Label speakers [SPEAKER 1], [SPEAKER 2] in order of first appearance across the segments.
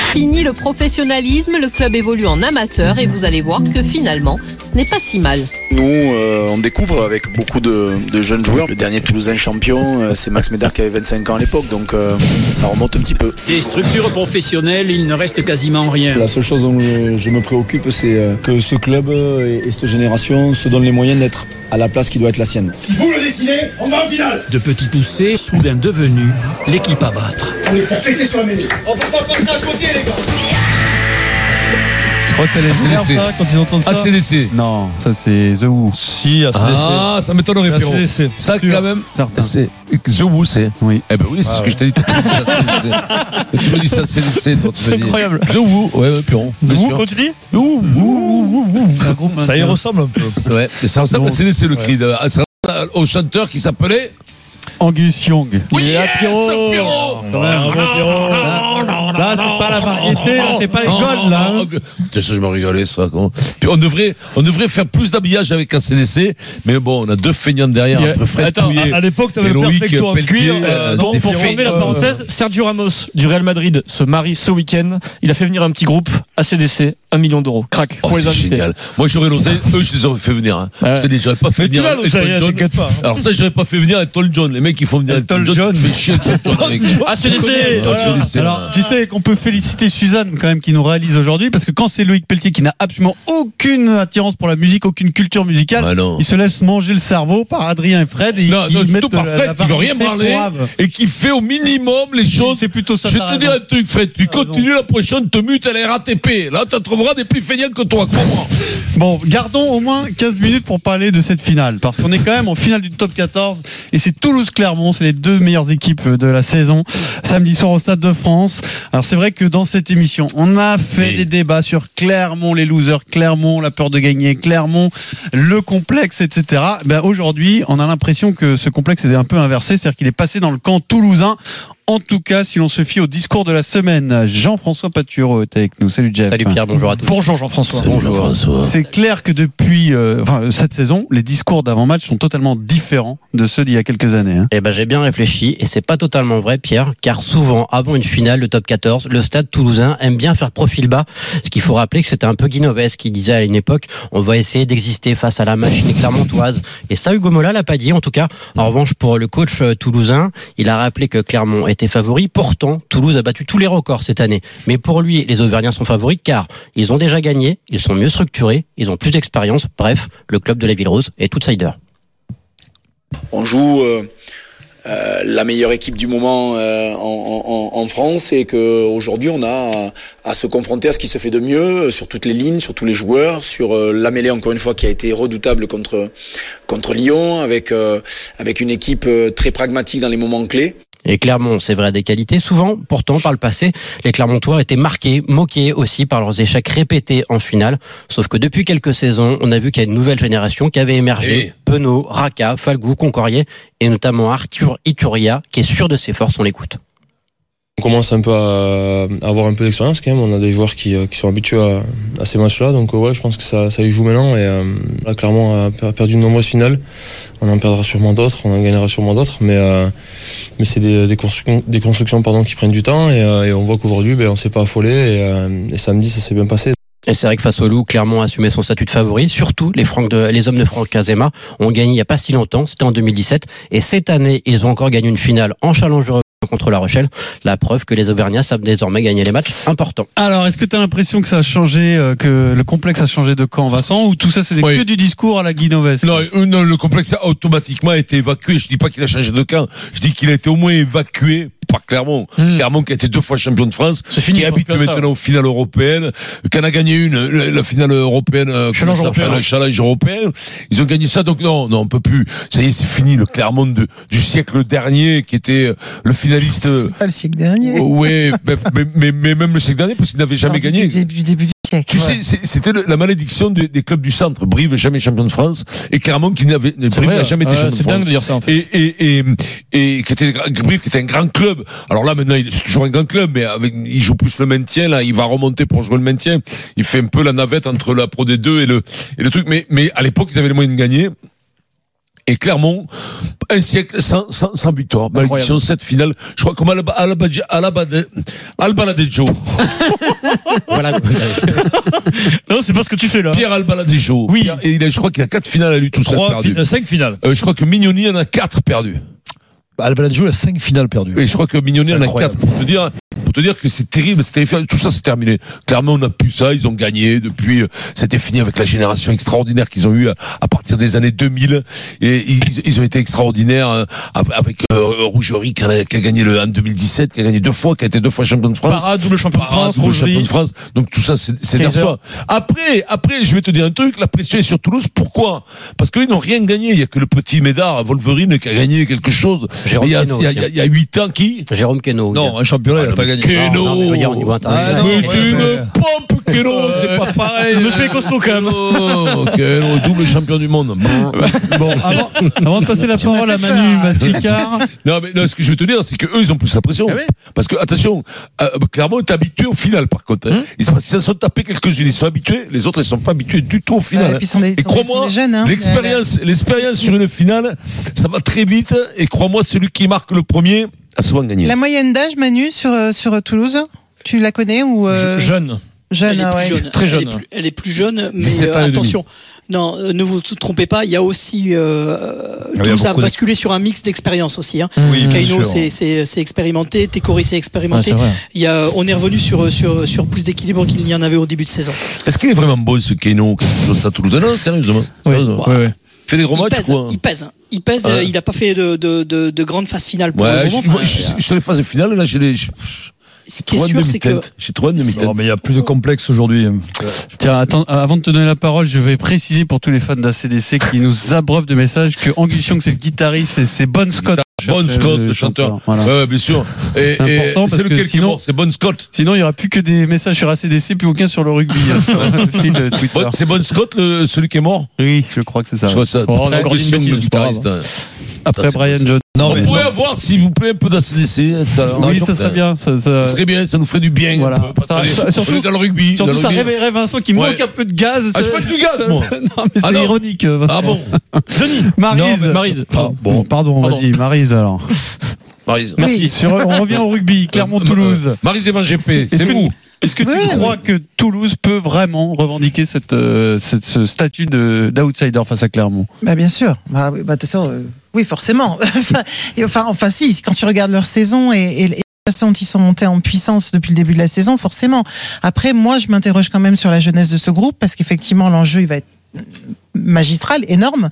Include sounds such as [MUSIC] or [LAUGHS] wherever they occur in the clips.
[SPEAKER 1] Fini le professionnalisme, le club évolue en amateur et vous allez voir que finalement, ce n'est pas si mal.
[SPEAKER 2] Nous, euh, on découvre avec beaucoup de, de jeunes joueurs. Le dernier Toulousain champion, euh, c'est Max Médard qui avait 25 ans à l'époque, donc euh, ça remonte un petit peu.
[SPEAKER 3] Des structures professionnelles, il ne reste quasiment rien.
[SPEAKER 4] La seule chose dont je, je me préoccupe, c'est euh, que ce club euh, et, et cette génération se donnent les moyens d'être à la place qui doit être la sienne.
[SPEAKER 5] Si vous le décidez, on va en finale.
[SPEAKER 3] De petits poussés, soudain devenus l'équipe à battre.
[SPEAKER 5] On est fait péter sur la mêlée. On peut pas passer à côté, les gars.
[SPEAKER 6] Je crois que c'est Ah, ACDC.
[SPEAKER 7] quand ils entendent hein, ça.
[SPEAKER 6] ACDC.
[SPEAKER 7] Non, ça c'est The Who.
[SPEAKER 6] Si,
[SPEAKER 7] ACDC.
[SPEAKER 6] Ah, ça m'étonnerait, Pierrot.
[SPEAKER 7] ACDC.
[SPEAKER 6] Ça,
[SPEAKER 7] E, Sûr.
[SPEAKER 6] quand même,
[SPEAKER 7] Certain.
[SPEAKER 6] c'est The Who, c'est.
[SPEAKER 7] Oui. Ah
[SPEAKER 6] Eh ben oui, c'est ce que je t'ai dit. tout à l'heure, c'est ACDC. Tu me dis ça, c'est ACDC. toi, tu me
[SPEAKER 7] C'est
[SPEAKER 6] dis.
[SPEAKER 7] incroyable.
[SPEAKER 6] The Who, ouais, ouais, Pierrot. c'est sûr.
[SPEAKER 7] tu dis
[SPEAKER 6] The Who, Who, Who, Who, Who.
[SPEAKER 7] C'est un groupe
[SPEAKER 6] Ça y ressemble.
[SPEAKER 7] ressemble un peu.
[SPEAKER 6] Ouais, mais ça ressemble à
[SPEAKER 7] Non.
[SPEAKER 6] ACDC, le cri. de- à- ça ressemble Au chanteur qui s'appelait.
[SPEAKER 7] Angus Young.
[SPEAKER 6] Oui,
[SPEAKER 7] Il est à
[SPEAKER 6] yes,
[SPEAKER 7] Pierrot.
[SPEAKER 6] Pierrot.
[SPEAKER 7] Quand même, bravo, Pierrot. Là, là, c'est pas la variété, là, c'est pas les
[SPEAKER 6] Non,
[SPEAKER 7] golds,
[SPEAKER 6] non,
[SPEAKER 7] là.
[SPEAKER 6] non,
[SPEAKER 7] hein.
[SPEAKER 6] que- ah, Putain, ça, je me rigolais, ça. con. Puis on devrait, on devrait faire plus d'habillage avec ACDC, mais bon, on a deux feignants derrière,
[SPEAKER 7] Il y a-
[SPEAKER 6] après Fred
[SPEAKER 7] Attends,
[SPEAKER 6] Pouillet.
[SPEAKER 7] à, à l'époque, t'avais le
[SPEAKER 6] Loïc
[SPEAKER 7] perfecto en
[SPEAKER 6] Pelletier,
[SPEAKER 7] cuir.
[SPEAKER 6] euh,
[SPEAKER 7] euh, bon,
[SPEAKER 6] des
[SPEAKER 7] pour
[SPEAKER 6] forfaits,
[SPEAKER 7] fermer la
[SPEAKER 6] euh,
[SPEAKER 7] parenthèse, Sergio Ramos du Real Madrid se marie ce week-end. Il a fait venir un petit groupe ACDC, 1 million d'euros. Crac,
[SPEAKER 6] Oh,
[SPEAKER 7] pour les
[SPEAKER 6] c'est
[SPEAKER 7] invités.
[SPEAKER 6] génial. Moi, j'aurais
[SPEAKER 7] [LAUGHS]
[SPEAKER 6] l'oseille. Eux, je les aurais fait venir. hein.
[SPEAKER 7] Ah ouais.
[SPEAKER 6] Je te dis, j'aurais pas fait
[SPEAKER 7] Mais tu
[SPEAKER 6] venir
[SPEAKER 7] l'as, l'oseille, hein, t'inquiète pas.
[SPEAKER 6] Alors ça, j'aurais pas fait venir Elton John. Les mecs, ils font venir
[SPEAKER 7] Elton
[SPEAKER 6] Elton John.
[SPEAKER 7] John.
[SPEAKER 6] Tu fais chier Elton John. mec.
[SPEAKER 7] ACDC,
[SPEAKER 6] Tu connais Elton
[SPEAKER 7] voilà.
[SPEAKER 6] John, c'est-
[SPEAKER 7] Alors,
[SPEAKER 6] euh,
[SPEAKER 7] tu sais qu'on peut féliciter Suzanne quand même qui nous réalise aujourd'hui parce que quand c'est Loïc Pelletier qui n'a absolument aucune attirance pour la musique, aucune culture musicale,
[SPEAKER 6] Bah non.
[SPEAKER 7] il se laisse manger le cerveau par Adrien et Fred et
[SPEAKER 6] Non,
[SPEAKER 7] ils
[SPEAKER 6] non,
[SPEAKER 7] mettent
[SPEAKER 6] surtout par
[SPEAKER 7] la-
[SPEAKER 6] Fred
[SPEAKER 7] la
[SPEAKER 6] qui veut rien
[SPEAKER 7] variété
[SPEAKER 6] branler
[SPEAKER 7] grave.
[SPEAKER 6] et qui fait au minimum les choses.
[SPEAKER 7] C'est plutôt ça.
[SPEAKER 6] Je vais
[SPEAKER 7] t'as
[SPEAKER 6] te
[SPEAKER 7] raison.
[SPEAKER 6] dire un truc, Fred. Tu
[SPEAKER 7] T'as raison.
[SPEAKER 6] continues la prochaine, te mutes à la RATP. Là, tu trouveras des plus feignants que toi. Crois-moi.
[SPEAKER 7] Bon, gardons au moins 15 minutes pour parler de cette finale, parce qu'on est quand même en finale du top 14, et c'est Toulouse-Clermont, c'est les deux meilleures équipes de la saison, samedi soir au Stade de France. Alors c'est vrai que dans cette émission, on a fait
[SPEAKER 6] Oui.
[SPEAKER 7] des débats sur Clermont, les losers, Clermont, la peur de gagner, Clermont, le complexe, etc. Ben, Aujourd'hui, on a l'impression que ce complexe est un peu inversé, c'est-à-dire qu'il est passé dans le camp toulousain. En tout cas, si l'on se fie au discours de la semaine, Jean-François Patureau est avec nous. Salut Jeff.
[SPEAKER 8] Salut Pierre, bonjour à tous.
[SPEAKER 7] Bonjour Jean-François.
[SPEAKER 6] Bonjour, François.
[SPEAKER 7] C'est clair que depuis euh, enfin, cette saison, les discours d'avant-match sont totalement différents de ceux d'il y a quelques années. hein.
[SPEAKER 8] Eh ben, j'ai bien réfléchi et c'est pas totalement vrai, Pierre, car souvent, avant une finale de top 14, le stade toulousain aime bien faire profil bas. Ce qu'il faut rappeler que c'était un peu Guinovès qui disait à une époque, on va essayer d'exister face à la machine clermontoise. Et ça, Hugo Mola l'a pas dit, en tout cas. En revanche, pour le coach euh, toulousain, il a rappelé que Clermont était favori. Pourtant, Toulouse a battu tous les records cette année. Mais pour lui, les Auvergnats sont favoris car ils ont déjà gagné, ils sont mieux structurés, ils ont plus d'expérience. Bref, le club de la Ville Rose est outsider.
[SPEAKER 2] On joue euh, euh, la meilleure équipe du moment euh, en, en- en France et que aujourd'hui on a à, à se confronter à ce qui se fait de mieux euh, sur toutes les lignes, sur tous les joueurs, sur euh, la mêlée encore une fois qui a été redoutable contre contre Lyon avec euh, avec une équipe euh, très pragmatique dans les moments clés.
[SPEAKER 8] Et Clermont, c'est vrai, a des qualités. Souvent, pourtant, par le passé, les Clermontois étaient marqués, moqués aussi par leurs échecs répétés en finale. Sauf que depuis quelques saisons, on a vu qu'il y a une nouvelle génération qui avait émergé.
[SPEAKER 6] Eh.
[SPEAKER 8] Penaud, Raka, Falgou, Concorier et notamment Arthur Ituria, qui est sûr de ses forces, on l'écoute.
[SPEAKER 9] On commence un peu à, à avoir un peu d'expérience quand même. On a des joueurs qui, euh, qui sont habitués à, à ces matchs-là. Donc euh, ouais, je pense que ça, ça y joue maintenant. Et euh, là, clairement, on a perdu de nombreuses finales. On en perdra sûrement d'autres, on en gagnera sûrement d'autres. Mais, euh, mais c'est des, des, constructions- des constructions pardon, qui prennent du temps. Et, euh, et on voit qu'aujourd'hui, ben, on s'est pas affolé. Et, euh, et samedi, ça s'est bien passé.
[SPEAKER 8] Et c'est vrai que face au loup, Clermont a assumé son statut de favori. Surtout, les, Francs de- les hommes de Franck Kazema ont gagné il n'y a pas si longtemps, c'était en 2017. Et cette année, ils ont encore gagné une finale en challenge contre La Rochelle. La preuve que les Auvergnats savent désormais gagner les matchs importants.
[SPEAKER 7] Alors, est-ce que tu as l'impression que ça a changé, euh, que le complexe a changé de camp, Vincent, ou tout ça c'est des-
[SPEAKER 6] Oui.
[SPEAKER 7] que du discours à la Guinovès
[SPEAKER 6] Non, euh, non, le complexe a automatiquement été évacué. Je dis pas qu'il a changé de camp. Je dis qu'il a été au moins évacué par Clermont.
[SPEAKER 10] Hmm.
[SPEAKER 6] Clermont qui a été deux fois champion de France,
[SPEAKER 7] Hmm. C'est fini,
[SPEAKER 6] qui
[SPEAKER 7] je pense
[SPEAKER 6] habite
[SPEAKER 7] plus à ça.
[SPEAKER 6] maintenant aux finales européennes, qui en a gagné une, euh, la finale européenne, euh, comment
[SPEAKER 7] Challenge
[SPEAKER 6] ça s'appelle,
[SPEAKER 7] européen.
[SPEAKER 6] le challenge européen. Ils ont gagné ça, donc non, non, on peut plus. Ça y est, c'est fini. Le Clermont de- du siècle dernier, qui était euh, le finaliste. euh,
[SPEAKER 7] Ah,
[SPEAKER 11] Pas le siècle
[SPEAKER 7] [LAUGHS]
[SPEAKER 11] dernier.
[SPEAKER 6] ouais, mais, mais- mais- mais même le siècle dernier, parce qu'il n'avait jamais
[SPEAKER 11] Alors, du-
[SPEAKER 6] Ah, gagné.
[SPEAKER 11] Du début, du début du siècle.
[SPEAKER 6] Tu sais, c'est- c'était le- la malédiction des, des clubs du centre. Brive jamais champion de France et Clermont qui n'avait Brive n'a jamais
[SPEAKER 7] Ah,
[SPEAKER 6] été champion de France.
[SPEAKER 7] dire ça en
[SPEAKER 6] Et, et, et, et qui était Brive qui était un grand club. Alors là maintenant il- c'est toujours un grand club, mais avec, il joue plus le maintien là. Il va remonter pour jouer le maintien. Il fait un peu la navette entre la Pro D2 et le et le truc. Mais mais à l'époque ils avaient les moyens de gagner. Et Clermont, un siècle sans, sans, sans victoire. Malédiction, cette finale. Je crois comme Alba- Alba- Alba-
[SPEAKER 11] [LAUGHS]
[SPEAKER 6] Albaladejo.
[SPEAKER 8] Voilà.
[SPEAKER 11] Non, c'est pas ce que tu fais là.
[SPEAKER 6] Pierre Albaladejo.
[SPEAKER 11] Oui.
[SPEAKER 6] Pierre- Et il a- je crois qu'il a quatre finales à lui tout seul
[SPEAKER 11] Trois,
[SPEAKER 6] perdu.
[SPEAKER 11] fi- cinq finales.
[SPEAKER 6] Euh, je crois que Mignoni en a quatre perdues. Bah,
[SPEAKER 11] Albaladejo a cinq finales perdues.
[SPEAKER 6] Et je crois que Mignonnet
[SPEAKER 11] C'est
[SPEAKER 6] en a
[SPEAKER 11] incroyable.
[SPEAKER 6] quatre pour te dire, pour te dire que c'est terrible, c'est terrifiant. Tout ça, c'est terminé. Clairement, on n'a plus ça. Ils ont gagné depuis. euh, C'était fini avec la génération extraordinaire qu'ils ont eue à, à partir des années 2000. Et ils, ils ont été extraordinaires euh, avec euh, Rougerie qui a, qui a gagné le en 2017, qui a gagné deux fois, qui a été deux fois champion de France.
[SPEAKER 11] Parade, double champion de
[SPEAKER 6] Parade,
[SPEAKER 11] France,
[SPEAKER 6] double
[SPEAKER 11] Rougerie.
[SPEAKER 6] champion de France. Donc tout ça, c'est c'est
[SPEAKER 11] Kaiser.
[SPEAKER 6] soi. Après, après, je vais te dire un truc. La pression est sur Toulouse. Pourquoi Parce qu'ils n'ont rien gagné. Il y a que le petit Médard, Wolverine, qui a gagné quelque chose.
[SPEAKER 8] [LAUGHS] Jérôme
[SPEAKER 6] Il y a-
[SPEAKER 8] Guénaud
[SPEAKER 6] il y a-
[SPEAKER 8] aussi, hein.
[SPEAKER 6] il y a huit ans qui
[SPEAKER 8] Jérôme Queneau.
[SPEAKER 11] Non, un championnat, il a pas gagné.
[SPEAKER 6] Keno
[SPEAKER 8] Non, mais regarde, au niveau international.
[SPEAKER 11] Ah, non,
[SPEAKER 6] Mais
[SPEAKER 11] ouais,
[SPEAKER 6] tu
[SPEAKER 11] ouais.
[SPEAKER 6] me pompes, Keno C'est pas pareil
[SPEAKER 11] Monsieur Cosmo, quand même.
[SPEAKER 6] Keno, Keno, double champion du monde
[SPEAKER 7] Bon, avant, avant de passer la parole à Manu Masticard,
[SPEAKER 6] Non, mais non, ce que je veux te dire, c'est qu'eux, ils ont plus la pression.
[SPEAKER 11] Ah ouais
[SPEAKER 6] Parce que, attention, euh, Clermont est habitué au final, par contre. hein. Ils sont, ils se sont tapés quelques-unes, ils sont habitués, les autres, ils sont pas habitués du tout au final. Et crois-moi,
[SPEAKER 11] hein.
[SPEAKER 6] l'expérience, l'expérience sur une finale, ça va très vite, et crois-moi, celui qui marque le premier a souvent gagné. Ah
[SPEAKER 10] La moyenne d'âge, Manu, sur, euh, sur Toulouse, tu la connais ou euh,
[SPEAKER 11] Jeune.
[SPEAKER 10] jeune,
[SPEAKER 5] Elle est
[SPEAKER 10] ah
[SPEAKER 5] plus
[SPEAKER 10] ouais.
[SPEAKER 5] jeune.
[SPEAKER 11] Très jeune.
[SPEAKER 5] Elle est plus, elle est plus jeune, mais
[SPEAKER 6] 17 ans
[SPEAKER 5] euh,
[SPEAKER 6] et demi.
[SPEAKER 5] attention. Non, euh, ne vous trompez pas. Il y a aussi
[SPEAKER 6] Ah,
[SPEAKER 5] euh,
[SPEAKER 11] il y a
[SPEAKER 5] Toulouse a
[SPEAKER 11] beaucoup de-
[SPEAKER 5] basculé sur un mix d'expérience aussi. Hein.
[SPEAKER 11] Oui, bien
[SPEAKER 5] Kaino,
[SPEAKER 11] sûr.
[SPEAKER 5] c'est c'est- c'est expérimenté. Tekori, c'est
[SPEAKER 11] Ouais,
[SPEAKER 5] expérimenté.
[SPEAKER 11] c'est vrai.
[SPEAKER 5] Il y a, on est revenu sur sur sur plus d'équilibre qu'il n'y en avait au début de saison.
[SPEAKER 6] Est-ce qu'il est vraiment beau, ce Keno, quelque chose à Toulouse? Non, sérieusement. sérieusement.
[SPEAKER 11] Ouais, ouais.
[SPEAKER 6] Fait des gros
[SPEAKER 5] il
[SPEAKER 6] matchs,
[SPEAKER 5] pèse,
[SPEAKER 6] quoi.
[SPEAKER 5] il pèse, il pèse.
[SPEAKER 6] Ouais.
[SPEAKER 5] euh, il n'a pas fait de de de, de grande phase finale pour
[SPEAKER 6] Ouais,
[SPEAKER 5] le
[SPEAKER 6] je,
[SPEAKER 5] moment.
[SPEAKER 6] moi,
[SPEAKER 5] Enfin,
[SPEAKER 6] je, je suis sur les phases finales, là, j'ai les, j'ai
[SPEAKER 5] ce qui
[SPEAKER 6] trois
[SPEAKER 5] est sûr, c'est que
[SPEAKER 6] demi-têtes. J'ai trois demi-têtes.
[SPEAKER 11] Non, mais il y a plus de complexe aujourd'hui.
[SPEAKER 7] hein. tiens, attends, avant de te donner la parole, je vais préciser pour tous les fans d'ACDC qui nous abreuvent de messages que Angus Young, c'est le guitariste et c'est Bon Scott.
[SPEAKER 6] Bon
[SPEAKER 7] cherche,
[SPEAKER 6] Scott,
[SPEAKER 7] euh,
[SPEAKER 6] le chanteur.
[SPEAKER 7] Voilà.
[SPEAKER 6] Ouais, bien sûr. Et,
[SPEAKER 7] C'est
[SPEAKER 6] et
[SPEAKER 7] important parce
[SPEAKER 6] c'est lequel
[SPEAKER 7] que
[SPEAKER 6] qui est
[SPEAKER 7] sinon-
[SPEAKER 6] mort C'est Bon Scott.
[SPEAKER 7] Sinon, il n'y aura plus que des messages sur ACDC, plus aucun sur le
[SPEAKER 6] [LAUGHS]
[SPEAKER 7] rugby. hein, sur [LAUGHS] le fil de Twitter.
[SPEAKER 6] Bon- c'est Bon Scott, le, celui qui est mort
[SPEAKER 7] Oui, je crois que c'est ça.
[SPEAKER 6] Je
[SPEAKER 7] ouais.
[SPEAKER 6] crois ça.
[SPEAKER 7] Oh, on a
[SPEAKER 6] Putain,
[SPEAKER 7] encore dit une
[SPEAKER 6] question de
[SPEAKER 7] bêtise, c'est pas
[SPEAKER 6] guitariste, hein.
[SPEAKER 7] Après
[SPEAKER 6] Ça, c'est
[SPEAKER 7] Brian
[SPEAKER 6] possible.
[SPEAKER 7] Jones.
[SPEAKER 6] On pourrait avoir, s'il vous plaît, un peu d'ACDC hein, tout à l'heure.
[SPEAKER 7] oui, ça serait bien. Ça, ça-
[SPEAKER 6] Ça serait bien, ça nous ferait du bien.
[SPEAKER 7] Voilà.
[SPEAKER 6] On peut pas
[SPEAKER 7] Ça-
[SPEAKER 6] aller-
[SPEAKER 7] ça-
[SPEAKER 6] on est
[SPEAKER 7] surtout-
[SPEAKER 6] dans le rugby.
[SPEAKER 7] Surtout,
[SPEAKER 6] dans le
[SPEAKER 7] ça
[SPEAKER 6] rugby.
[SPEAKER 7] réveillerait Vincent qui
[SPEAKER 6] Ouais.
[SPEAKER 7] manque un peu de gaz.
[SPEAKER 6] Ah, je mets du gaz, moi.
[SPEAKER 7] [LAUGHS] non, mais
[SPEAKER 6] Ah,
[SPEAKER 7] c'est
[SPEAKER 6] non.
[SPEAKER 7] ironique, Vincent.
[SPEAKER 6] Ah bon
[SPEAKER 7] Maryse.
[SPEAKER 11] Maryse.
[SPEAKER 7] Ah, bon, pardon, on
[SPEAKER 11] Pardon.
[SPEAKER 7] va dire Maryse
[SPEAKER 6] [LAUGHS]
[SPEAKER 7] alors.
[SPEAKER 6] Marise.
[SPEAKER 7] Oui, sur- on revient au rugby, Clermont-Toulouse.
[SPEAKER 6] Marise Evan GP,
[SPEAKER 7] Est-ce
[SPEAKER 6] Euh, c'est
[SPEAKER 7] que-
[SPEAKER 6] vous.
[SPEAKER 7] Est-ce que tu
[SPEAKER 10] Ouais.
[SPEAKER 7] crois que Toulouse peut vraiment revendiquer cette, euh, cette- ce statut de- d'outsider face à Clermont
[SPEAKER 10] Bah bien sûr. Bah, oui, bah, de toute façon, euh, oui, forcément. [LAUGHS] Enfin, et enfin, enfin, si, quand tu regardes leur saison et, et- et la façon dont ils sont montés en puissance depuis le début de la saison, forcément. Après, moi, je m'interroge quand même sur la jeunesse de ce groupe parce qu'effectivement, l'enjeu, il va être magistral, énorme.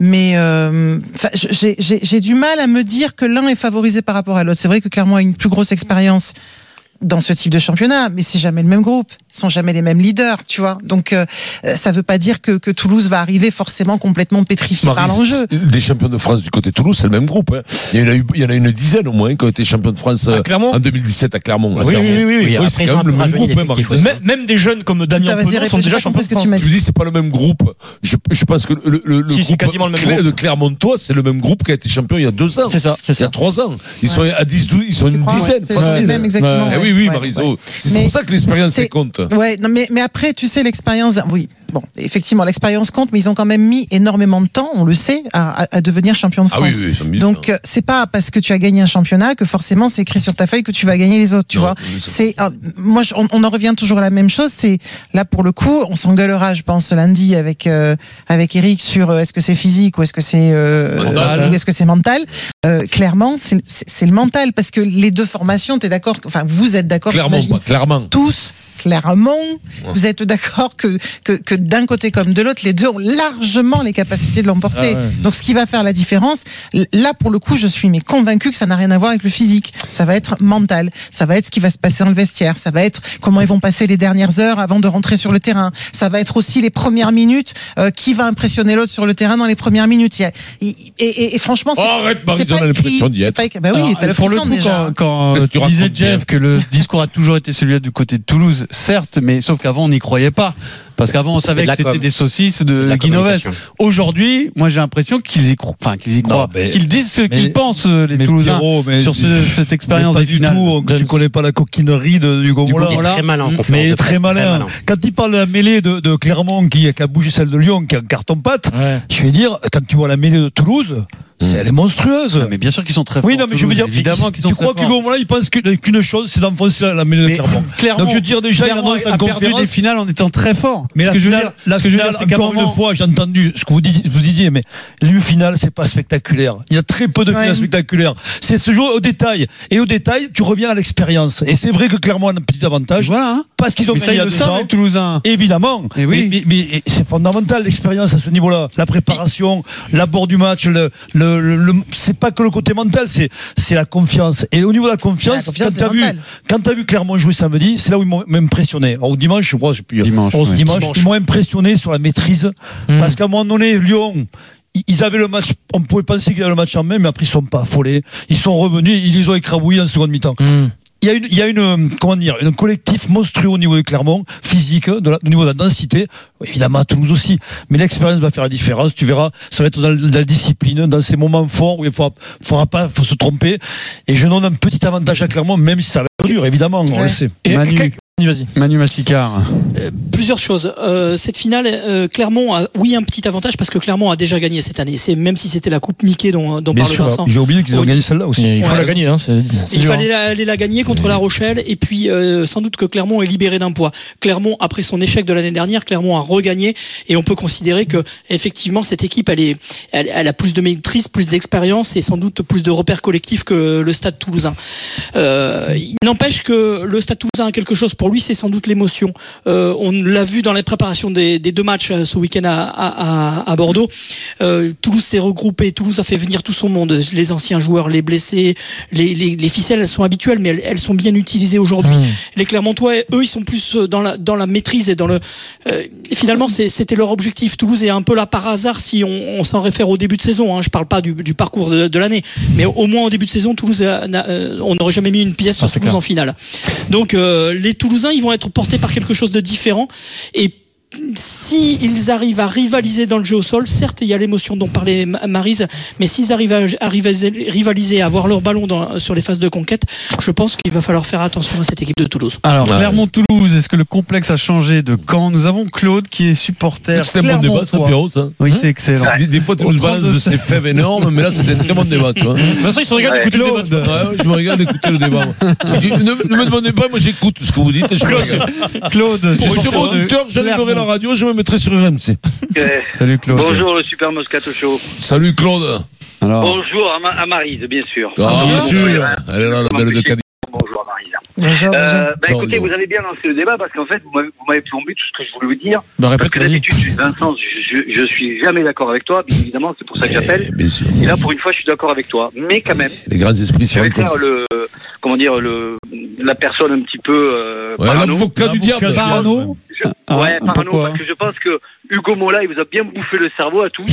[SPEAKER 10] Mais euh, enfin, je- j'ai- j'ai j'ai du mal à me dire que l'un est favorisé par rapport à l'autre. C'est vrai que Clermont a une plus grosse expérience dans ce type de championnat, mais c'est jamais le même groupe, ce sont jamais les mêmes leaders, tu vois. Donc euh, euh, ça veut pas dire que, que Toulouse va arriver forcément complètement pétrifiée par
[SPEAKER 6] Maryse,
[SPEAKER 10] l'enjeu.
[SPEAKER 6] Des champions de France du côté de Toulouse, c'est le même groupe. hein. Il, y en a eu, il y en a une dizaine au moins hein, qui ont été champions de France euh,
[SPEAKER 11] Clermont
[SPEAKER 6] en 2017 à Clermont. à
[SPEAKER 11] Oui,
[SPEAKER 6] Clermont.
[SPEAKER 11] oui, oui, oui.
[SPEAKER 8] Oui,
[SPEAKER 6] Oui,
[SPEAKER 8] après,
[SPEAKER 6] c'est
[SPEAKER 8] ils
[SPEAKER 6] quand
[SPEAKER 8] ont
[SPEAKER 6] même le
[SPEAKER 8] un
[SPEAKER 6] même
[SPEAKER 8] peu
[SPEAKER 6] groupe, hein,
[SPEAKER 8] rajeuni
[SPEAKER 6] Maryse.
[SPEAKER 8] l'effectif, ouais.
[SPEAKER 11] Même, même des jeunes comme Damien
[SPEAKER 10] Putain, vas-y,
[SPEAKER 11] Penaud sont
[SPEAKER 10] répète,
[SPEAKER 11] déjà
[SPEAKER 10] j'ai pas
[SPEAKER 11] champions de
[SPEAKER 10] compris ce que tu
[SPEAKER 11] France.
[SPEAKER 10] m'as
[SPEAKER 6] Je vous dis, c'est pas le même groupe. Je, je pense que le, le, le
[SPEAKER 11] Si,
[SPEAKER 6] groupe,
[SPEAKER 11] c'est quasiment le même
[SPEAKER 6] Clé-
[SPEAKER 11] groupe.
[SPEAKER 6] le Clermontois, c'est le même groupe qui a été champion il y a deux ans.
[SPEAKER 11] C'est ça, c'est
[SPEAKER 6] Il y a
[SPEAKER 11] ça.
[SPEAKER 6] trois ans. Ils sont à 10, 12, ils sont
[SPEAKER 10] Tu
[SPEAKER 6] une
[SPEAKER 10] crois, ouais,
[SPEAKER 6] dizaine,
[SPEAKER 10] c'est
[SPEAKER 6] facile.
[SPEAKER 10] le même exactement.
[SPEAKER 6] Eh
[SPEAKER 10] ouais.
[SPEAKER 6] oui, oui,
[SPEAKER 10] Ouais,
[SPEAKER 6] Marizo.
[SPEAKER 10] ouais.
[SPEAKER 6] C'est
[SPEAKER 10] Mais
[SPEAKER 6] pour ça que l'expérience,
[SPEAKER 10] c'est-
[SPEAKER 6] elle compte.
[SPEAKER 10] Ouais, non, mais, mais après, tu sais, l'expérience, oui, bon, effectivement, l'expérience compte, mais ils ont quand même mis énormément de temps, on le sait, à, à- à devenir champion de
[SPEAKER 6] Ah
[SPEAKER 10] France.
[SPEAKER 6] oui, oui, ils sont mille,
[SPEAKER 10] Donc,
[SPEAKER 6] hein.
[SPEAKER 10] euh, c'est pas parce que tu as gagné un championnat que forcément c'est écrit sur ta feuille que tu vas gagner les autres, tu
[SPEAKER 6] Non,
[SPEAKER 10] vois.
[SPEAKER 6] mais ça-
[SPEAKER 10] C'est, ah, moi, je- on, on en revient toujours à la même chose. C'est là pour le coup, on s'engueulera, je pense, lundi avec euh, avec Eric sur euh, est-ce que c'est physique ou est-ce que c'est euh,
[SPEAKER 6] Mental.
[SPEAKER 10] euh, ou est-ce que c'est mental. Euh, clairement, c'est c'est- c'est le mental parce que les deux formations, t'es d'accord, que- enfin, vous êtes d'accord,
[SPEAKER 6] Clairement,
[SPEAKER 10] j'imagine,
[SPEAKER 6] pas, clairement.
[SPEAKER 10] tous. Clairement, vous êtes d'accord que, que, que d'un côté comme de l'autre, les deux ont largement les capacités de l'emporter.
[SPEAKER 11] Ah ouais.
[SPEAKER 10] Donc, ce qui va faire la différence, l- là, pour le coup, je suis mais convaincu que ça n'a rien à voir avec le physique. Ça va être mental. Ça va être ce qui va se passer dans le vestiaire. Ça va être comment ils vont passer les dernières heures avant de rentrer sur le terrain. Ça va être aussi les premières minutes. euh, qui va impressionner l'autre sur le terrain dans les premières minutes. Il y a- il- Et, et- et franchement, c'est.
[SPEAKER 6] Arrête,
[SPEAKER 10] c'est
[SPEAKER 6] Marizo, on
[SPEAKER 10] pas
[SPEAKER 6] a
[SPEAKER 10] écrit,
[SPEAKER 6] l'impression d'y
[SPEAKER 10] c'est
[SPEAKER 6] être.
[SPEAKER 10] pas écrit. Bah oui,
[SPEAKER 7] Alors,
[SPEAKER 10] t'as le
[SPEAKER 7] pour le
[SPEAKER 10] frisson
[SPEAKER 7] coup,
[SPEAKER 10] déjà.
[SPEAKER 7] quand, quand,
[SPEAKER 6] Qu'est-ce
[SPEAKER 7] euh,
[SPEAKER 6] que tu
[SPEAKER 7] tu
[SPEAKER 6] racontes,
[SPEAKER 7] disais,
[SPEAKER 6] Pierre
[SPEAKER 7] Jeff, que le discours a toujours été celui du côté de Toulouse, certes, mais sauf qu'avant, on n'y croyait pas. Parce qu'avant, on
[SPEAKER 8] C'était
[SPEAKER 7] savait
[SPEAKER 8] de
[SPEAKER 7] que
[SPEAKER 8] la
[SPEAKER 7] c'était
[SPEAKER 8] com.
[SPEAKER 7] des saucisses
[SPEAKER 8] de
[SPEAKER 11] euh,
[SPEAKER 7] de
[SPEAKER 8] la
[SPEAKER 7] Guinoves.
[SPEAKER 8] communication.
[SPEAKER 7] Aujourd'hui, moi, j'ai l'impression qu'ils y croient. Enfin, qu'ils y croient.
[SPEAKER 11] mais-
[SPEAKER 7] Qu'ils disent ce
[SPEAKER 11] mais-
[SPEAKER 7] qu'ils pensent, euh, les
[SPEAKER 11] mais
[SPEAKER 7] Toulousains,
[SPEAKER 11] Pierrot, mais-
[SPEAKER 7] sur ce- cette expérience
[SPEAKER 11] Mais
[SPEAKER 7] des
[SPEAKER 11] pas du
[SPEAKER 7] finales.
[SPEAKER 11] tout. Tu connais pas la coquinerie de, du Gomola.
[SPEAKER 8] il est très malin en conférence
[SPEAKER 11] Mais il
[SPEAKER 8] de
[SPEAKER 11] est très
[SPEAKER 8] presse, très
[SPEAKER 11] malin.
[SPEAKER 12] Euh,
[SPEAKER 8] malin.
[SPEAKER 11] Quand il parle de la mêlée de, de Clermont qui, qui a bougé celle de Lyon, qui est en carton-pâte, je vais dire, quand tu vois la mêlée de Toulouse, c'est- elle est monstrueuse.
[SPEAKER 7] Ah, Hmm. Mais bien sûr qu'ils sont très forts.
[SPEAKER 11] oui, non, mais je veux dire,
[SPEAKER 7] évidemment
[SPEAKER 11] il-
[SPEAKER 7] qu'ils sont
[SPEAKER 11] tu
[SPEAKER 7] très
[SPEAKER 11] crois que
[SPEAKER 7] forts.
[SPEAKER 11] Gomola, il pense que- qu'une chose, c'est d'enfoncer la, la mêlée de
[SPEAKER 7] Mais
[SPEAKER 11] Clermont.
[SPEAKER 7] Clermont-
[SPEAKER 11] Donc je veux dire déjà, il
[SPEAKER 7] Clermont
[SPEAKER 11] annonce en
[SPEAKER 7] a perdu des
[SPEAKER 11] conférence.
[SPEAKER 7] finales en étant très fort.
[SPEAKER 11] Mais
[SPEAKER 7] Ce
[SPEAKER 11] la
[SPEAKER 7] que je veux
[SPEAKER 11] finale,
[SPEAKER 7] dire-
[SPEAKER 11] la
[SPEAKER 7] ce que je veux
[SPEAKER 11] finale,
[SPEAKER 7] dire, c'est qu'à
[SPEAKER 11] encore
[SPEAKER 7] un moment-
[SPEAKER 11] une fois, j'ai entendu ce que vous, dis- vous disiez, mais le final, c'est pas spectaculaire. Il y a très peu de finales
[SPEAKER 10] Ouais.
[SPEAKER 11] spectaculaires. C'est ce jeu au détail. Et au détail, tu reviens à l'expérience. Et c'est vrai que Clermont a un petit avantage.
[SPEAKER 7] Voilà. hein.
[SPEAKER 11] Parce qu'ils ont
[SPEAKER 7] Mais ça,
[SPEAKER 11] gagné
[SPEAKER 7] ils
[SPEAKER 11] à
[SPEAKER 7] le
[SPEAKER 11] 200.
[SPEAKER 7] savent, les Toulousains.
[SPEAKER 11] Évidemment.
[SPEAKER 7] Eh oui.
[SPEAKER 11] Mais, mais- mais c'est fondamental l'expérience à ce niveau-là. La préparation, l'abord du match, le, le, le- le- c'est pas que le côté mental, c'est, c'est la confiance. Et au niveau de la confiance,
[SPEAKER 10] La confiance,
[SPEAKER 11] quand t'as
[SPEAKER 10] c'est
[SPEAKER 11] vu,
[SPEAKER 10] mental.
[SPEAKER 11] quand t'as vu Clermont jouer samedi, c'est là où ils m'ont impressionné. Alors, au dimanche, je crois, je sais plus.
[SPEAKER 7] Dimanche,
[SPEAKER 11] Onze
[SPEAKER 7] ouais.
[SPEAKER 11] dimanche, ils m'ont impressionné sur la maîtrise. Parce qu'à un moment donné, Lyon, i- ils avaient le match, on pouvait penser qu'ils avaient le match en main, mais après ils sont pas affolés. Ils sont revenus, ils les ont écrabouillés en seconde mi-temps. Il y a une, il y a une, euh, comment dire, un collectif monstrueux au niveau de Clermont, physique, de la- au niveau de la densité, évidemment à Toulouse aussi. Mais l'expérience va faire la différence, tu verras, ça va être dans, la- dans la discipline, dans ces moments forts où il ne faudra, faudra pas faut se tromper. Et je donne un petit avantage à Clermont, même si ça va être dur, évidemment, on
[SPEAKER 10] Ouais.
[SPEAKER 11] le sait.
[SPEAKER 7] Manu, Manu Massicard.
[SPEAKER 5] plusieurs choses. Euh, cette finale, euh, Clermont a, oui, un petit avantage parce que Clermont a déjà gagné cette année. C'est même si c'était la Coupe Mickey dont, dont
[SPEAKER 11] Bien
[SPEAKER 5] parle
[SPEAKER 11] sûr,
[SPEAKER 5] Vincent.
[SPEAKER 11] j'ai oublié qu'ils ont
[SPEAKER 5] Au-
[SPEAKER 11] gagné celle-là aussi.
[SPEAKER 5] faut Ouais. la
[SPEAKER 11] gagner,
[SPEAKER 5] Il fallait la- aller la gagner contre La Rochelle et puis euh, sans doute que Clermont est libéré d'un poids. Clermont après son échec de l'année dernière, Clermont a regagné et on peut considérer que effectivement cette équipe elle est elle, elle a plus de maîtrise, plus d'expérience et sans doute plus de repères collectifs que le Stade Toulousain. Euh, il n'empêche que le Stade Toulousain a quelque chose pour lui, c'est sans doute l'émotion. Euh, on l'a vu dans la préparation des, des deux matchs euh, ce week-end à, à- à- à Bordeaux. Euh, Toulouse s'est regroupé, Toulouse a fait venir tout son monde, les anciens joueurs, les blessés, les, les- les ficelles, elles sont habituelles, mais elles, elles sont bien utilisées aujourd'hui. Les Clermontois, eux, ils sont plus euh, dans la, dans la maîtrise et dans le. euh, finalement, c'est- c'était leur objectif. Toulouse est un peu là par hasard si on, on s'en réfère au début de saison. Hein. Je parle pas du, du parcours de, de l'année, mais au moins au début de saison, Toulouse, a- n'a- euh, on n'aurait jamais mis une pièce
[SPEAKER 6] Ah,
[SPEAKER 5] sur Toulouse en finale. Donc, euh, les Toulousains, ils vont être portés par quelque chose de différent et si ils arrivent à rivaliser dans le jeu au sol, certes il y a l'émotion dont parlait Ma- Marise, mais s'ils arrivent à, à rivaliser, rivaliser, à avoir leur ballon dans- sur les phases de conquête, je pense qu'il va falloir faire attention à cette équipe de Toulouse.
[SPEAKER 7] Alors, Clermont-Toulouse, est-ce que le complexe a changé de camp Nous avons Claude qui est supporter.
[SPEAKER 6] C'est un bon débat, ça,
[SPEAKER 7] clermontois.
[SPEAKER 6] Pierrot, Hein ça.
[SPEAKER 7] Oui, c'est excellent.
[SPEAKER 6] Des, des fois, tu
[SPEAKER 7] Au
[SPEAKER 6] nous balances de
[SPEAKER 7] 32.
[SPEAKER 6] ces fèves énormes, mais là, c'était un très bon débat, tu vois.
[SPEAKER 11] Vincent, ils se regardent écouter
[SPEAKER 7] Claude.
[SPEAKER 6] Ouais, ouais, je me regarde écouter le débat. Je dis, ne, ne me demandez pas, moi j'écoute ce que vous dites et je me regarde.
[SPEAKER 7] Claude,
[SPEAKER 6] Pour être
[SPEAKER 7] supporter de
[SPEAKER 6] auditeur, j'allumerai la
[SPEAKER 7] Clermont.
[SPEAKER 6] radio, je me mettrai sur RMC.
[SPEAKER 7] Salut Claude.
[SPEAKER 12] Bonjour le Super Moscato Show.
[SPEAKER 6] Salut Claude.
[SPEAKER 7] Alors,
[SPEAKER 12] Bonjour à, Ma- à Marise, bien sûr.
[SPEAKER 6] Ah, bien sûr. Elle est là, la belle de Cadiz.
[SPEAKER 12] Bonjour à Marise.
[SPEAKER 10] Bonjour, bonjour.
[SPEAKER 12] Euh, bah,
[SPEAKER 6] Non,
[SPEAKER 12] écoutez,
[SPEAKER 6] non.
[SPEAKER 12] vous avez bien lancé le débat parce qu'en fait, vous m'avez- vous m'avez plombé tout ce que je voulais vous dire.
[SPEAKER 7] bah,
[SPEAKER 12] Parce
[SPEAKER 7] répète,
[SPEAKER 12] que
[SPEAKER 7] vas-y.
[SPEAKER 12] d'habitude, je- Vincent, je, je, je suis jamais d'accord avec toi, bien évidemment, c'est pour ça que j'appelle.
[SPEAKER 6] Eh, Bien sûr.
[SPEAKER 12] Et là, pour une fois, je suis d'accord avec toi. Mais quand même,
[SPEAKER 6] Les grands esprits se
[SPEAKER 12] je vais faire
[SPEAKER 6] rencontrent.
[SPEAKER 12] le, comment dire, le, la personne un petit peu euh,
[SPEAKER 6] Ouais,
[SPEAKER 12] parano.
[SPEAKER 6] l'avocat du diable.
[SPEAKER 7] Parano
[SPEAKER 12] Je-
[SPEAKER 7] Ah,
[SPEAKER 12] ouais, parano,
[SPEAKER 7] pourquoi
[SPEAKER 12] parce que je pense que Hugo Mola, il vous a bien bouffé le cerveau à tous.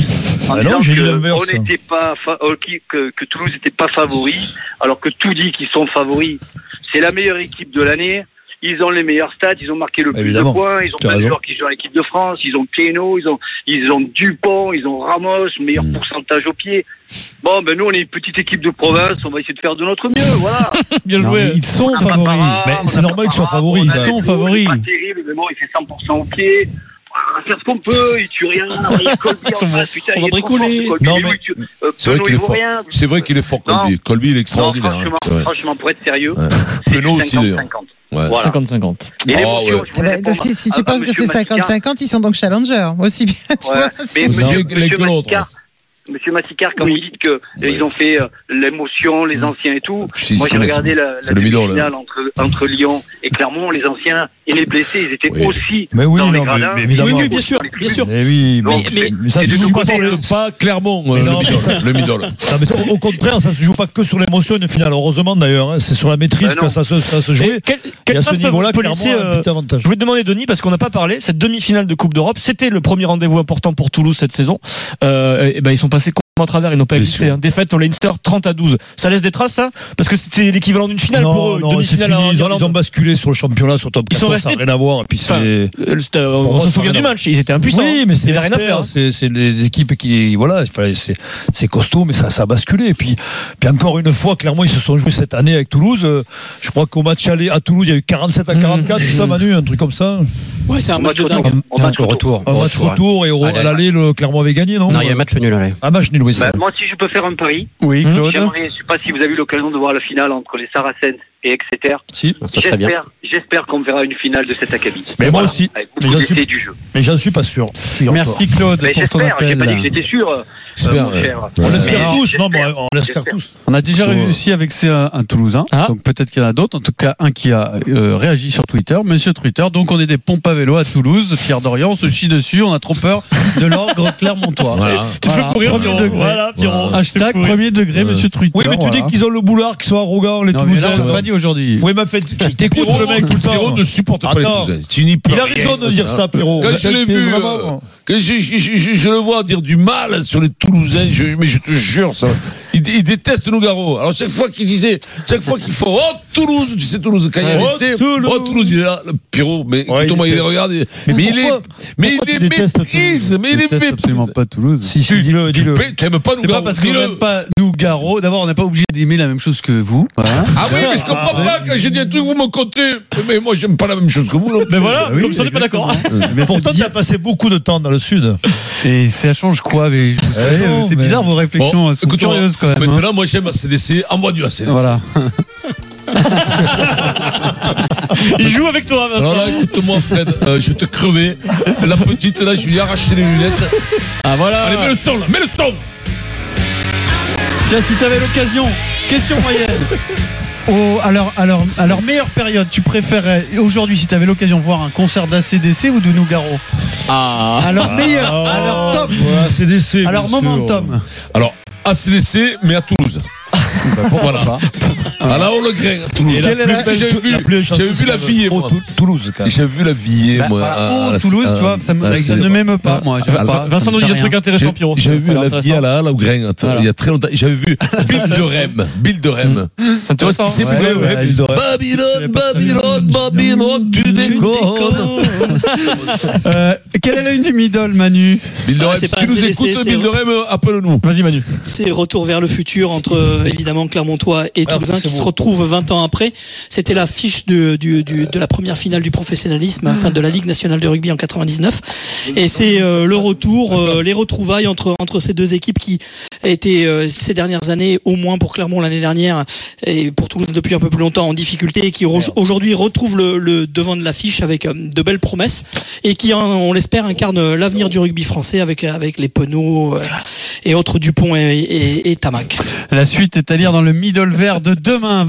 [SPEAKER 12] En
[SPEAKER 11] Ah non,
[SPEAKER 12] disant
[SPEAKER 11] j'ai dit
[SPEAKER 12] que
[SPEAKER 11] l'inverse.
[SPEAKER 12] on n'était pas, fa- euh, qui- que, que Toulouse n'était pas favori, alors que tout dit qu'ils sont favoris. C'est la meilleure équipe de l'année. Ils ont les meilleurs stats, ils ont marqué le plus
[SPEAKER 11] Évidemment.
[SPEAKER 12] de points, ils ont
[SPEAKER 11] Tu as
[SPEAKER 12] plein de
[SPEAKER 11] raison.
[SPEAKER 12] joueurs qui jouent à l'équipe de France, ils ont Keno, ils ont, ils ont Dupont, ils ont Ramos, meilleur
[SPEAKER 6] Mm.
[SPEAKER 12] pourcentage au pied. Bon, ben nous, on est une petite équipe de province, on va essayer de faire de notre mieux, voilà.
[SPEAKER 11] Bien
[SPEAKER 7] Non, mais Ils sont favoris.
[SPEAKER 12] Mais
[SPEAKER 11] Mais c'est normal qu'ils soient favoris.
[SPEAKER 7] Ils sont favoris.
[SPEAKER 12] Pas terrible, mais bon, il fait 100% au pied. On va faire ce qu'on peut, il tue rien. Il y a Colby en
[SPEAKER 7] On va-
[SPEAKER 12] face, putain,
[SPEAKER 5] on
[SPEAKER 12] il
[SPEAKER 5] va
[SPEAKER 12] est trop
[SPEAKER 5] bricoler.
[SPEAKER 12] fort, Colby,
[SPEAKER 6] Non,
[SPEAKER 12] il est
[SPEAKER 6] mais
[SPEAKER 12] où, il tue- euh,
[SPEAKER 6] c'est vrai
[SPEAKER 12] Penaud,
[SPEAKER 6] qu'il
[SPEAKER 12] il
[SPEAKER 6] est
[SPEAKER 12] vaut
[SPEAKER 6] fort.
[SPEAKER 12] rien.
[SPEAKER 6] C'est vrai qu'il est fort,
[SPEAKER 12] Non.
[SPEAKER 6] Colby. Colby, il est
[SPEAKER 12] Non,
[SPEAKER 6] extraordinaire. hein,
[SPEAKER 12] franchement,
[SPEAKER 6] c'est vrai.
[SPEAKER 12] franchement, pour être sérieux,
[SPEAKER 6] Ouais. Penaud aussi, d'ailleurs.
[SPEAKER 12] 50-50.
[SPEAKER 13] Euh,
[SPEAKER 6] Ouais.
[SPEAKER 12] Voilà.
[SPEAKER 13] 50-50.
[SPEAKER 12] Et
[SPEAKER 6] Ah,
[SPEAKER 12] l'émotion,
[SPEAKER 6] ouais.
[SPEAKER 10] Eh
[SPEAKER 12] je voulais
[SPEAKER 10] ben,
[SPEAKER 12] répondre
[SPEAKER 10] si, si
[SPEAKER 12] à-
[SPEAKER 10] tu
[SPEAKER 12] à
[SPEAKER 10] penses que
[SPEAKER 12] monsieur
[SPEAKER 10] c'est
[SPEAKER 12] Mascard.
[SPEAKER 10] 50-50, ils sont donc challengers aussi bien. Tu vois,
[SPEAKER 12] Ouais. Mais
[SPEAKER 10] c'est-
[SPEAKER 6] Vous savez,
[SPEAKER 12] monsieur,
[SPEAKER 6] l'un que
[SPEAKER 12] monsieur
[SPEAKER 6] l'autre.
[SPEAKER 12] Mascard, monsieur Massicard, quand
[SPEAKER 5] Oui.
[SPEAKER 12] vous dites que euh,
[SPEAKER 6] Ouais.
[SPEAKER 12] ils ont fait euh, l'émotion, les anciens et tout,
[SPEAKER 6] Ils se
[SPEAKER 12] moi j'ai
[SPEAKER 6] connaissent.
[SPEAKER 12] regardé la,
[SPEAKER 6] C'est le bidon, là.
[SPEAKER 12] finale entre, entre Lyon et Clermont, les anciens et les blessés, ils étaient
[SPEAKER 6] Oui.
[SPEAKER 12] aussi
[SPEAKER 11] Mais oui,
[SPEAKER 12] dans les
[SPEAKER 11] non, mais-
[SPEAKER 12] gradins.
[SPEAKER 11] mais évidemment.
[SPEAKER 12] Ils
[SPEAKER 5] Oui, oui,
[SPEAKER 12] étaient
[SPEAKER 5] bien sûr,
[SPEAKER 12] dans les
[SPEAKER 5] bien
[SPEAKER 12] tribunes.
[SPEAKER 5] sûr.
[SPEAKER 11] Eh oui,
[SPEAKER 12] Mais-
[SPEAKER 11] bon,
[SPEAKER 5] mais-
[SPEAKER 11] ça
[SPEAKER 6] Et
[SPEAKER 11] se
[SPEAKER 6] du
[SPEAKER 11] joue
[SPEAKER 6] coup,
[SPEAKER 11] pas sur le-
[SPEAKER 6] pas, pas clairement euh,
[SPEAKER 11] Mais non,
[SPEAKER 6] le midol. Le midol.
[SPEAKER 11] Non, mais au- au contraire, ça se joue pas que sur l'émotion une finale. Heureusement d'ailleurs, hein, c'est sur la maîtrise
[SPEAKER 12] Ben non.
[SPEAKER 11] que ça se, ça se joue.
[SPEAKER 13] Et quelle
[SPEAKER 11] Et
[SPEAKER 13] quelle
[SPEAKER 11] à ce
[SPEAKER 13] phrase peut
[SPEAKER 11] niveau-là,
[SPEAKER 13] vous
[SPEAKER 11] clairement,
[SPEAKER 6] hein,
[SPEAKER 13] policer,
[SPEAKER 11] un
[SPEAKER 13] euh,
[SPEAKER 11] petit avantage.
[SPEAKER 13] Je vais te demander, Denis, parce qu'on n'a pas parlé, cette demi-finale de Coupe d'Europe, c'était le premier rendez-vous important pour Toulouse cette saison. Euh, et ben, ils sont passés complètement complètement à travers, ils n'ont pas existé. hein. Défaite au Leinster 30 à 12. Ça laisse des traces, ça Parce que c'était l'équivalent d'une finale
[SPEAKER 11] Non,
[SPEAKER 7] euh,
[SPEAKER 13] pour eux.
[SPEAKER 11] non, c'est
[SPEAKER 13] demi-finale
[SPEAKER 11] fini,
[SPEAKER 13] en
[SPEAKER 11] ils, ont,
[SPEAKER 13] Irlande.
[SPEAKER 11] ils ont basculé sur le championnat, sur top
[SPEAKER 13] Ils
[SPEAKER 11] 14,
[SPEAKER 13] sont
[SPEAKER 11] ça n'a
[SPEAKER 13] restés-
[SPEAKER 11] rien à voir. Et puis
[SPEAKER 13] Enfin,
[SPEAKER 11] c'est-
[SPEAKER 13] euh, c'était- on
[SPEAKER 11] Pour
[SPEAKER 13] s'en
[SPEAKER 11] moi, ça
[SPEAKER 13] souvient
[SPEAKER 11] n'a
[SPEAKER 13] du
[SPEAKER 11] rien à
[SPEAKER 13] match, ils étaient impuissants,
[SPEAKER 11] Oui,
[SPEAKER 13] hein.
[SPEAKER 11] mais
[SPEAKER 13] Il
[SPEAKER 11] c'est
[SPEAKER 13] y avait rien à
[SPEAKER 11] l'Ulster,
[SPEAKER 13] faire, hein.
[SPEAKER 11] C'est c'est les équipes qui, voilà, il fallait- c'est c'est costaud, mais ça, ça a basculé. Et puis, puis encore une fois, clairement, ils se sont joués cette année avec Toulouse. Euh, Je crois qu'au match aller à Toulouse, il y a eu 47 à 44, tout ça, Manu, un truc comme ça.
[SPEAKER 5] Ouais, c'est un match de dingue.
[SPEAKER 8] Un match retour.
[SPEAKER 11] Un match Ah, bah, retour et au- à l'aller, le Clermont avait gagné, non
[SPEAKER 8] Non, il y a un match nul, allez.
[SPEAKER 11] Un match nul, oui. c'est
[SPEAKER 12] Bah,
[SPEAKER 11] vrai.
[SPEAKER 12] moi, si je peux faire un pari,
[SPEAKER 11] Oui,
[SPEAKER 13] Hum.
[SPEAKER 11] Claude.
[SPEAKER 12] j'aimerais- je ne sais pas si vous avez eu l'occasion de voir la finale entre les Saracens et Exeter.
[SPEAKER 11] Si,
[SPEAKER 8] ça serait bien.
[SPEAKER 12] J'espère- J'espère qu'on verra une finale de cette académie.
[SPEAKER 11] Mais moi aussi.
[SPEAKER 12] Avec
[SPEAKER 11] Mais
[SPEAKER 12] beaucoup
[SPEAKER 11] j'en suis-
[SPEAKER 12] d'essais du jeu.
[SPEAKER 11] Mais j'en suis pas sûr.
[SPEAKER 7] Merci, Claude,
[SPEAKER 12] Mais
[SPEAKER 7] pour ton
[SPEAKER 12] j'espère, j'ai
[SPEAKER 7] appel.
[SPEAKER 12] pas dit que j'étais sûr. euh,
[SPEAKER 11] J'espère,
[SPEAKER 12] mon
[SPEAKER 11] ouais.
[SPEAKER 12] cher.
[SPEAKER 11] On
[SPEAKER 12] Mais
[SPEAKER 11] l'espère tous,
[SPEAKER 12] j'espère.
[SPEAKER 11] non, mais on l'espère tous.
[SPEAKER 7] On a déjà
[SPEAKER 11] Sur, euh,
[SPEAKER 7] réussi avec ces- un, un Toulousain, donc peut-être qu'il y en a d'autres. En tout cas, un qui a euh, réagi sur Twitter, Monsieur Twitter. Donc on est des pompes à vélo à Toulouse, fier d'Orient, on se chie dessus, on a trop peur de l'ordre [LAUGHS] clermontois.
[SPEAKER 6] Voilà.
[SPEAKER 7] Tu te fais courir,
[SPEAKER 11] Voilà.
[SPEAKER 7] premier degré.
[SPEAKER 12] Ah,
[SPEAKER 11] Voilà, Pierrot.
[SPEAKER 7] Voilà. Hashtag
[SPEAKER 11] Tu te fais
[SPEAKER 7] premier degré,
[SPEAKER 11] Ouais.
[SPEAKER 7] Monsieur Twitter.
[SPEAKER 11] Oui, mais tu dis qu'ils ont le boulard, qu'ils sont arrogants, les
[SPEAKER 7] Non, mais là,
[SPEAKER 11] Toulousains.
[SPEAKER 7] on l'a pas dit aujourd'hui.
[SPEAKER 11] Oui, mais fait, tu
[SPEAKER 12] Ah,
[SPEAKER 11] t'écoutes le mec tout le temps.
[SPEAKER 6] Pierrot ne supporte pas les
[SPEAKER 11] Attends.
[SPEAKER 6] Toulousains. Tu n'y peux
[SPEAKER 11] Il a
[SPEAKER 6] rien.
[SPEAKER 11] raison de dire ça, Pierrot.
[SPEAKER 6] Quand je l'ai
[SPEAKER 11] T'es
[SPEAKER 6] vu,
[SPEAKER 11] vraiment- hein.
[SPEAKER 6] euh, que je, je- je- je- je le vois dire du mal sur les Toulousains, je- mais je te jure, ça, il, il déteste Nougaro. Alors chaque fois qu'il disait, chaque fois qu'il faut, oh Toulouse, tu sais Toulouse, quand il y a
[SPEAKER 11] Oh,
[SPEAKER 6] laissé, oh Toulouse, il est là, le Pierrot, mais
[SPEAKER 11] Ouais,
[SPEAKER 6] écoute-moi,
[SPEAKER 11] il
[SPEAKER 6] il, les
[SPEAKER 11] déteste.
[SPEAKER 6] regarde, il-
[SPEAKER 11] Mais
[SPEAKER 6] mais il est,
[SPEAKER 11] pourquoi-
[SPEAKER 6] mais
[SPEAKER 11] pourquoi
[SPEAKER 6] il
[SPEAKER 11] tu
[SPEAKER 6] est
[SPEAKER 11] détestes
[SPEAKER 6] méprise, mais il est
[SPEAKER 7] déteste absolument
[SPEAKER 6] méprise.
[SPEAKER 7] pas Toulouse.
[SPEAKER 11] Si, si, dis-le, Euh, dis-le.
[SPEAKER 6] Tu T'aimes pas
[SPEAKER 7] C'est pas
[SPEAKER 6] Nougaro,
[SPEAKER 7] parce qu'on n'aime
[SPEAKER 6] dis-le.
[SPEAKER 7] pas nous Garo. D'abord, on n'est pas obligé d'aimer la même chose que vous. Voilà.
[SPEAKER 6] Ah oui, mais je comprends pas quand j'ai dit un truc, vous me comptez. Mais moi, j'aime pas la même chose que vous. non plus.
[SPEAKER 13] Mais voilà,
[SPEAKER 7] Bah oui,
[SPEAKER 13] comme ça, on n'est pas d'accord. hein.
[SPEAKER 7] Mais
[SPEAKER 11] Pourtant, tu as passé beaucoup de temps dans le Sud.
[SPEAKER 7] Et ça change quoi Eh mais vous savez,
[SPEAKER 11] non,
[SPEAKER 7] C'est
[SPEAKER 11] mais-
[SPEAKER 7] bizarre vos réflexions, elles sont
[SPEAKER 6] écoute,
[SPEAKER 7] curieuses
[SPEAKER 11] Ah,
[SPEAKER 7] quand même. hein.
[SPEAKER 6] Maintenant, moi, j'aime ACDC, envoie du ACDC.
[SPEAKER 7] Voilà.
[SPEAKER 13] Ils jouent avec toi,
[SPEAKER 6] Alors
[SPEAKER 13] Vincent.
[SPEAKER 6] là, écoute-moi, Fred, euh, je vais te crever. La petite, là, je lui ai arraché les lunettes.
[SPEAKER 13] Ah
[SPEAKER 6] Allez, mets
[SPEAKER 13] voilà.
[SPEAKER 6] le son, là, mets le son
[SPEAKER 7] Tiens, si t'avais l'occasion, question moyenne. [LAUGHS] Oh, alors, alors, alors, meilleure période, tu préférais aujourd'hui si t'avais l'occasion de voir un concert d'ACDC ou de Nougaro
[SPEAKER 13] Ah.
[SPEAKER 7] Alors meilleur, alors top,
[SPEAKER 11] C'est décès.
[SPEAKER 7] alors momentum.
[SPEAKER 6] Alors, ACDC, mais à Toulouse.
[SPEAKER 11] pourquoi
[SPEAKER 6] voilà. Ah là, on le graine, à Toulouse.
[SPEAKER 11] Et la
[SPEAKER 6] Parce que
[SPEAKER 11] plus belle-
[SPEAKER 6] j'avais vu,
[SPEAKER 11] la plus
[SPEAKER 6] j'avais vu la
[SPEAKER 11] chanteuse,
[SPEAKER 6] vie, moi.
[SPEAKER 11] Toulouse, quand même.
[SPEAKER 6] J'avais vu la vie,
[SPEAKER 7] Bah,
[SPEAKER 6] moi.
[SPEAKER 7] Ah, voilà.
[SPEAKER 6] à-
[SPEAKER 7] Oh,
[SPEAKER 11] euh,
[SPEAKER 6] à la-
[SPEAKER 7] Toulouse, tu vois, ça
[SPEAKER 6] à
[SPEAKER 11] bah,
[SPEAKER 7] me-
[SPEAKER 6] la-
[SPEAKER 7] ça ne m'aime pas, moi. j'aime
[SPEAKER 6] Ah,
[SPEAKER 7] pas, ça
[SPEAKER 13] Vincent
[SPEAKER 7] me
[SPEAKER 13] nous dit
[SPEAKER 7] fait
[SPEAKER 13] un truc
[SPEAKER 7] rien.
[SPEAKER 13] intéressant, Pierrot.
[SPEAKER 6] J'avais
[SPEAKER 13] Ça
[SPEAKER 6] vu
[SPEAKER 13] a l'air
[SPEAKER 6] la vie à
[SPEAKER 13] intéressant.
[SPEAKER 6] la Halle, au Grain, attends,
[SPEAKER 13] Voilà.
[SPEAKER 6] il y a très longtemps.
[SPEAKER 7] [LAUGHS]
[SPEAKER 6] J'avais vu Bill de Rem. Bill de Rem.
[SPEAKER 13] Ça
[SPEAKER 6] Tu vois ce qu'il s'est
[SPEAKER 13] hein.
[SPEAKER 6] ouais,
[SPEAKER 11] ouais, Bill de Rem.
[SPEAKER 6] Babylone, Babylone, Babylone, tu
[SPEAKER 7] Ah,
[SPEAKER 6] déconnes.
[SPEAKER 7] Euh, quelle est la une du middle, Manu
[SPEAKER 6] Bill de
[SPEAKER 5] Ah,
[SPEAKER 6] Rem,
[SPEAKER 5] c'est
[SPEAKER 6] si
[SPEAKER 5] pas
[SPEAKER 6] tu nous
[SPEAKER 5] ACDC,
[SPEAKER 6] écoutes,
[SPEAKER 5] c'est-
[SPEAKER 6] Bill de Rem, euh, appelle-nous.
[SPEAKER 13] Vas-y, Manu.
[SPEAKER 5] C'est Retour vers le futur entre euh, évidemment Clermontois et
[SPEAKER 11] Ah,
[SPEAKER 5] Toulousain
[SPEAKER 11] c'est
[SPEAKER 5] qui se
[SPEAKER 11] beau.
[SPEAKER 5] retrouvent 20 ans après. C'était la fiche de, du- du- de la première finale du professionnalisme, enfin de la Ligue nationale de rugby en 99. Et c'est euh, le retour, euh, les retrouvailles entre, entre ces deux équipes qui étaient euh, ces dernières années, au moins pour Clermont l'année dernière et pour Toulouse depuis un peu plus longtemps en difficulté et qui re- aujourd'hui retrouvent le, le devant de l'affiche avec euh, de belles promesses et qui, en- on l'espère, incarne l'avenir du rugby français avec, avec les Penaud euh, et autres Dupont et, et, et Tamac.
[SPEAKER 7] La suite est à lire dans le middle vert de demain.